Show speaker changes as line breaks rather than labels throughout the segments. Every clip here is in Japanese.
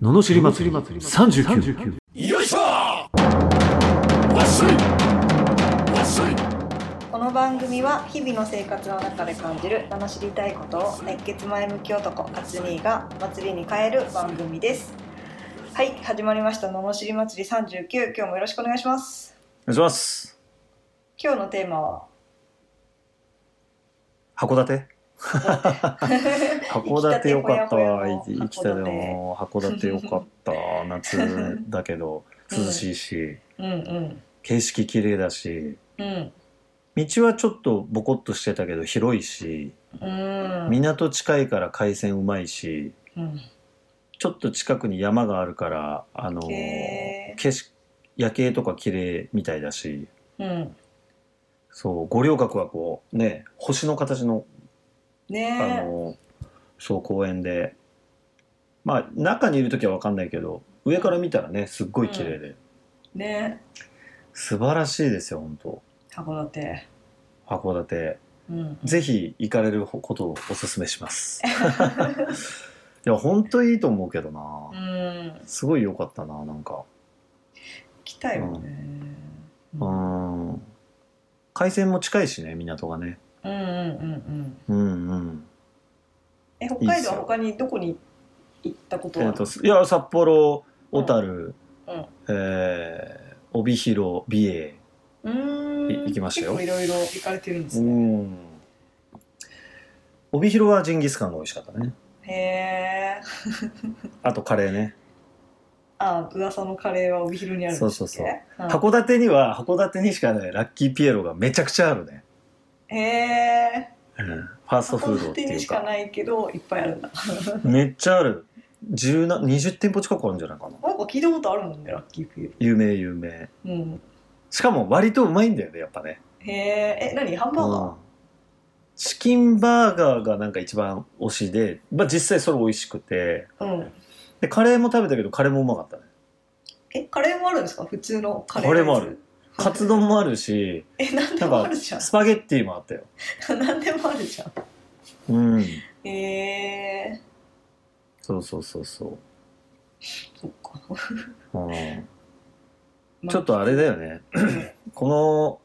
ののしり祭り39
よいしょわっしょいわっしょい
この番組は日々の生活の中で感じる楽しりたいことを熱血前向き男カツニーが祭りに変える番組ですはい始まりました「ののしり祭り39」今日もよろしくお願いします
お願いします。
今日のテーマは
函館。函館よかったわ。
行
行
きたてほやほやの
きたよ。函館よかった。夏だ けど、涼しいし、
うんうん
景色綺麗だし、
うん
道はちょっとボコっとしてたけど広いし、
うん
港近いから海鮮うまいし、
うん
ちょっと近くに山があるから、あの、
へー
景色、夜景とか綺麗みたいだし、
うん
そう、五稜郭はこう、ね、星の形のあ
ね
のそう公園でまあ中にいる時は分かんないけど上から見たらねすっごい綺麗で、
えね
素晴らしいですよ本当
え函館
函館
うん
ぜひ行かれることをお勧めします いや本当いいと思うけどな
うん行
すごい良かったななんか
きたいよね
う
うん
ん海鮮も近いしね港がね
うんうんうん
うんうん
え北海道はい
いっすよ
他にどこに行ったこと
え
は
っとすいや札幌小樽、
うんうん
えー帯広美瑛
うーん
い行きましたよ
結構いろいろ行かれてるんです
う
ね。
ん。帯広はジンギスカンが美味しかったね。
へえ。
あとカレーね。
あ、噂のカレーは帯広にあるんです
そうそうそう
うん
函館には、函館にしかないラッキーピエロがめちゃくちゃあるね。
へえ。
うんファーストフード
函
って
館
い
に
う
しか
か。
ないけどいっぱいあるんだ。
めっちゃある。10な20店舗近くあるんじゃないかな。
なんか聞いたことあるもんねラッキーピエ
有名有名。
ロ。うん。
しかも割とうまいんだよね、やっぱね。
へえ。え、何ハンバーガー
うん。チキンバーガーがなんか一番推しで、まあ実際それ美味しくて、
うん。
で、カレーも食べたけどカレーもうまかったね。
え、カレーもあるんですか普通のカレー。
カレーもある。カツ丼もあるし、
え、なんで
なん
もあ
か
るじゃ
スパゲッティもあったよ。
ん。 なんでもあるじゃん。
うん。
へえ。
そうそうそうそ
そっか。
う、うん
まあ
ちょっとあれだよね この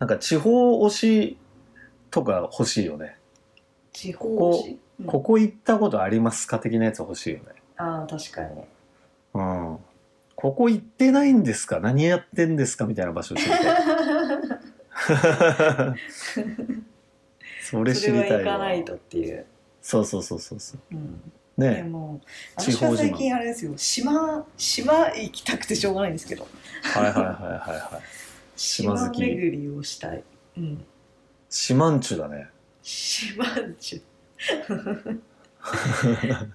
なんか地方推しとか欲しいよね
地方紙。うん
ここ行ったことありますか的なやつ欲しいよね
ああ確かに。
うんここ行ってないんですか何やってんですかみたいな場所知 りたい それ
そ
知
れは
りたい
行かないと
わ
っていう。
そうそうそうそうそう
うん。いや
ね
もう、
地
私
方
は
自慢
最近あれですよ、島、島行きたくてしょうがないんですけど、
はいはいはいはいはい島
島
好き
巡りをしたい。うん。
島んちゅだね
島 中。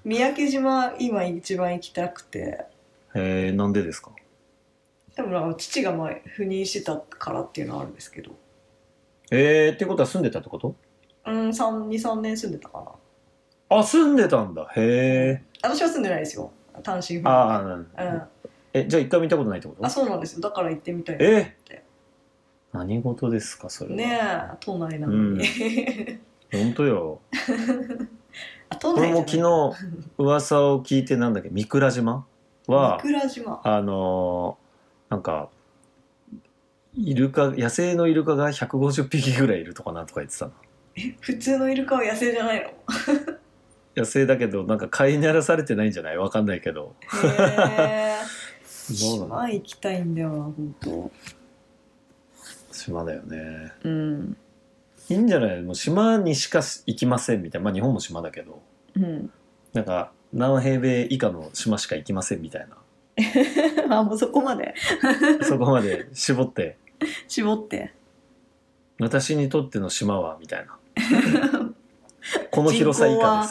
三宅島、今一番行きたくて、
えー、なんでですか
多分あの父がまあ赴任してたからっていうのはあるんですけど、
えー、ってことは住んでたってこと
うん、3、2、3年住んでたかな。
あ住んでたんだへえ
私は住んでないですよ、単身赴任。
ああなん
うん、
え、じゃあ一回見たことないってこと
あそうなんですよ、だから行ってみたいな
え
て
何事ですか、それは。
ねえ、都内なのに。
本当よ。
あ都
俺
内じゃな
も
い
昨日、噂を聞いて、なんだっけ、三倉島は、
桜島。
あのーなんか、イルカ、野生のイルカが150匹ぐらいいるとかなんとか言ってたな。
普通のイルカは野生じゃないの。
野生だけど、なんか飼いならされてないんじゃないわかんないけど。
へー
どうなの
島行きたいんだよな、本当。
島だよね。
うん。
いいんじゃないもう島にしか行きませんみたいな。まあ日本も島だけど。
うん。
なんか、何平米以下の島しか行きませんみたいな。
あ、もうそこまで
そこまで絞って、
絞って。
私にとっての島は、みたいな。この広さ以下で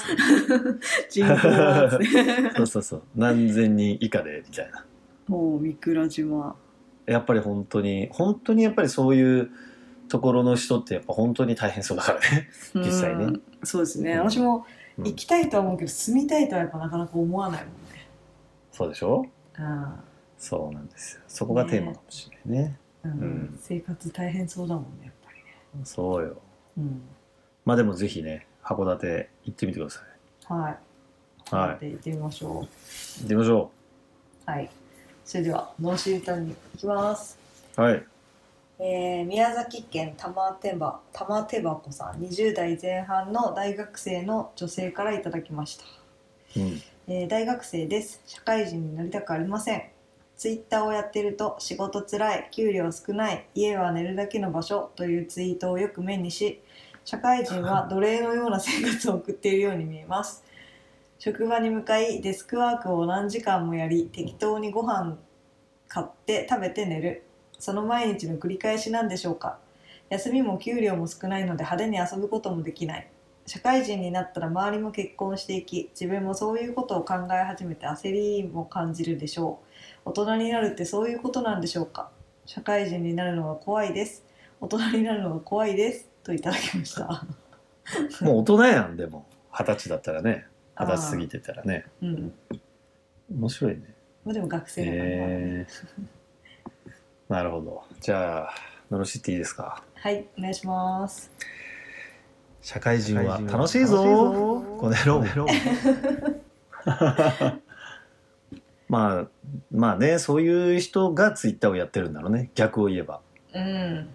す。
人口は。
そうそうそう。何千人以下で、みたいな。
もう、三倉島。
やっぱり本当に、本当にやっぱりそういうところの人ってやっぱ本当に大変そうだからね。実際ね
うん。そうですね。
うん
私も
うん
行きたいとは思うけど、住みたいとはやっぱなかなか思わないもんね。
そうでしょ
あ
そうなんですよ。そこがテーマかもしれないね。
あ、うん
うん
生活大変そうだもんね、やっぱりね。
そうよ。
うん。
まあでもぜひね、函館行ってみてください。
はい。
はい
なので行ってみましょ
行ってみましょ
うはいそれではノーシータに行きます
うはい
えー宮崎県玉手羽玉手箱さん20代前半の大学生の女性からいただきました
うん
えー大学生です社会人になりたくありませんツイッターをやってると仕事つらい給料少ない家は寝るだけの場所というツイートをよく目にし社会人は奴隷のような生活を送っているように見えます職場に向かいデスクワークを何時間もやり適当にご飯買って食べて寝るその毎日の繰り返しなんでしょうか休みも給料も少ないので派手に遊ぶこともできない社会人になったら周りも結婚していき自分もそういうことを考え始めて焦りも感じるでしょう大人になるってそういうことなんでしょうか社会人になるのが怖いです大人になるのが怖いですといただきました
もう大人やんでも二十歳だったらね二十歳過ぎてたらね
うん
面白いね
まあでも学生だからまあね
えー、なるほどじゃあのろしっていいですか
はいお願いします
社会人は
社会人は
楽しいぞ
楽しいぞ
この野郎 まあまあねそういう人がツイッターをやってるんだろうね逆を言えば
うん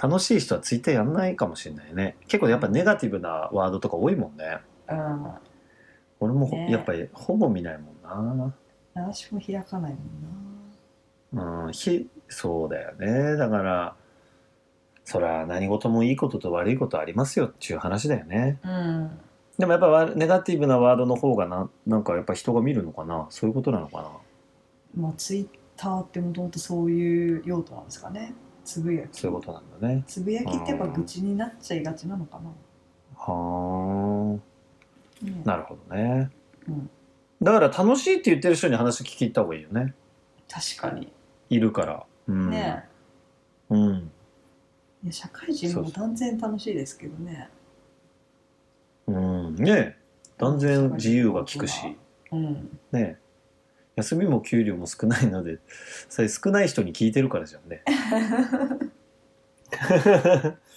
楽しい人はツイッターやんないかもしれないね結構やっぱネガティブなワードとか多いもんね
うん
俺もほ
ね
やっぱりほぼ見ないもんな
私も開かないもん
うん、ひそうだよねだからそら何事もいいことと悪いことありますよっていう話だよね
なうん
でもやっぱわネガティブなワードの方がななんかやっぱ人が見るのかなそういうことなのかな
まあツイッターってもともとそういう用途なんですかねつぶやき
そういうことなんだね
つぶやきってやっぱ愚痴になっちゃいがちなのかな、
は
ね
あなるほどね、
うん
だから楽しいって言ってる人に話聞き行った方がいいよね
確かに
いるからうん
ね、
うん
いや社会人
そ
も
う
断然楽しいですけどね
うんね断然自由が利くし
うん
ね休みも給料も少ないので それ少ない人に聞いてるからじゃんね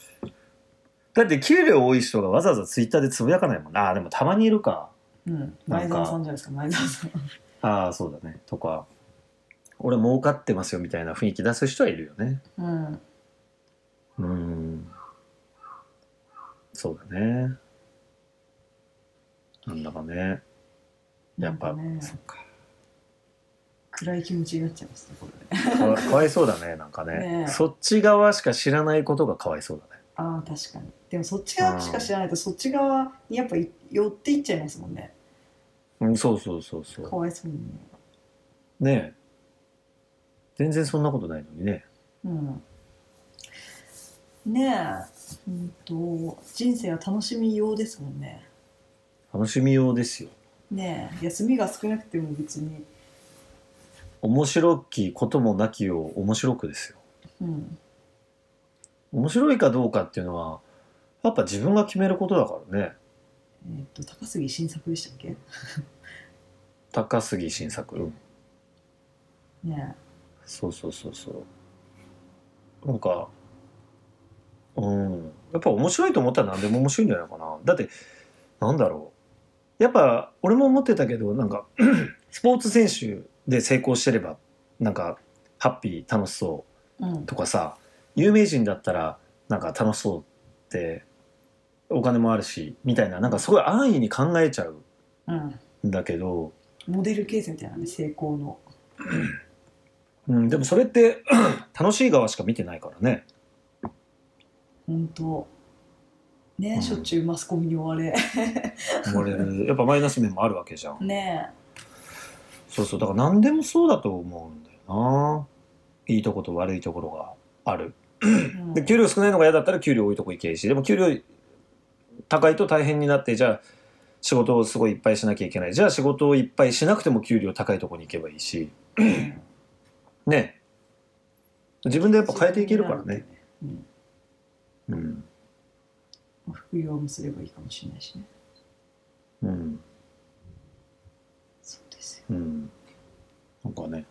だって給料多い人がわざわざツイッターでつぶやかないもんなあーでもたまにいるか
うん前澤さんじゃないですか前澤さん
ああそうだねとか俺儲かってますよみたいな雰囲気出す人はいるよね
うん
うんそうだねなんだかねやっぱ、
なんかね
そっか
暗い気持ちになっちゃいますねこれね
かわかわいそうだねなんかね
ねえ
そっち側しか知らないことがかわいそうだね
ああ確かにでもそっち側しか知らないとそっち側にやっぱい寄っていっちゃいますもんね
うんそうそうそうそ
かわいそうにね
うねえ全然そんなことないのにね
うんねえ、うん、と人生は楽しみようですもんね
楽しみようですよ
ねえ休みが少なくても別に
面白きこともなきを面白くですよ
うん
面白いかどうかっていうのはやっぱ自分が決めることだからね
えっと高杉晋作でしたっけ
高杉晋作、うん、
ね
そうそうそうそうなんかうんやっぱ面白いと思ったら何でも面白いんじゃないかなだってなんだろうやっぱ俺も思ってたけどなんか スポーツ選手で成功してればなんかハッピー楽しそう
えうん
とかさ有名人だったらなんか楽しそうってお金もあるしみたいななんかすごい安易に考えちゃう
うん
んだけど、
モデルケースみたいなね成功の
うん、でもそれって 楽しい側しか見てないからね
本当ねえ、
うん
しょっちゅうマスコミに追われ
思われるやっぱマイナス面もあるわけじゃん
ね
そうそうだから何でもそうだと思うんだよないいとこと悪いところがある
え、うん
で給料少ないのが嫌だったら給料多いとこ行けばいいしでも給料高いと大変になってじゃあ仕事をすごいいっぱいしなきゃいけないじゃあ仕事をいっぱいしなくても給料高いとこに行けばいいし
うん
ね自分でやっぱ変えていけるからね、
うん、
うん
副業もすればいいかもしれないしね
うん
そうですよ
うんなんかね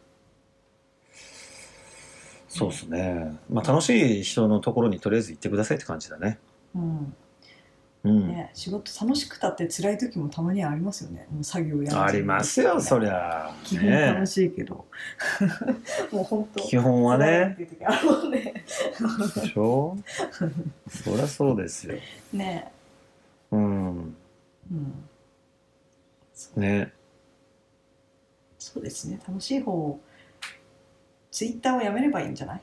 そうっすねまあ楽しい人のところにとりあえず行ってくださいって感じだね
うん
うん、
ね、仕事楽しくたって辛い時もたまにはありますよね。もう作業やら
あ
ずに
りますよそりゃ、
基本楽
ね、
しいけど、 もう本当。
基本はね
辛いっていう時あるもんね。
でしょそりゃそうですよ
ね、
うん
うん、
ね
そうですね。楽しい方をツイッターをやめればいいんじゃない？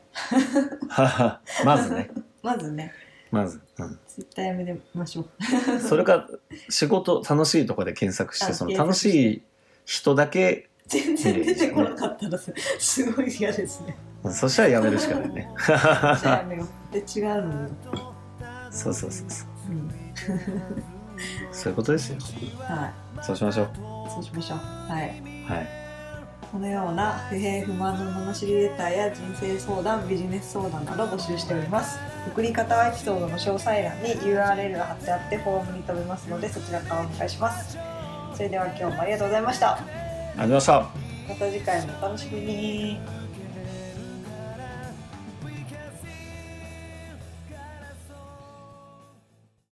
ははまずね
まずね、
まず、うん、
ツイッターやめましょう。
それか仕事楽しいとかで検索し
あ
てその
検
楽
索して
しい人だけ
全然出てこなかったらすすごい嫌ですね。
そしたらやめるしかないね
じゃあやめよう。で違うのよ。
そうそうそうそう
うん、
そういうことですよ
は
そうしましょう
い、そうしましょう。はい。
はい
このような不平不満の罵りレターや人生相談ビジネス相談など募集しております送り方はエピソードの詳細欄に URL が貼ってあってフォームに飛べますのでそちらからお願いしますそれでは今日もありがとうございました
ありがとうございました
また次回もお楽しみに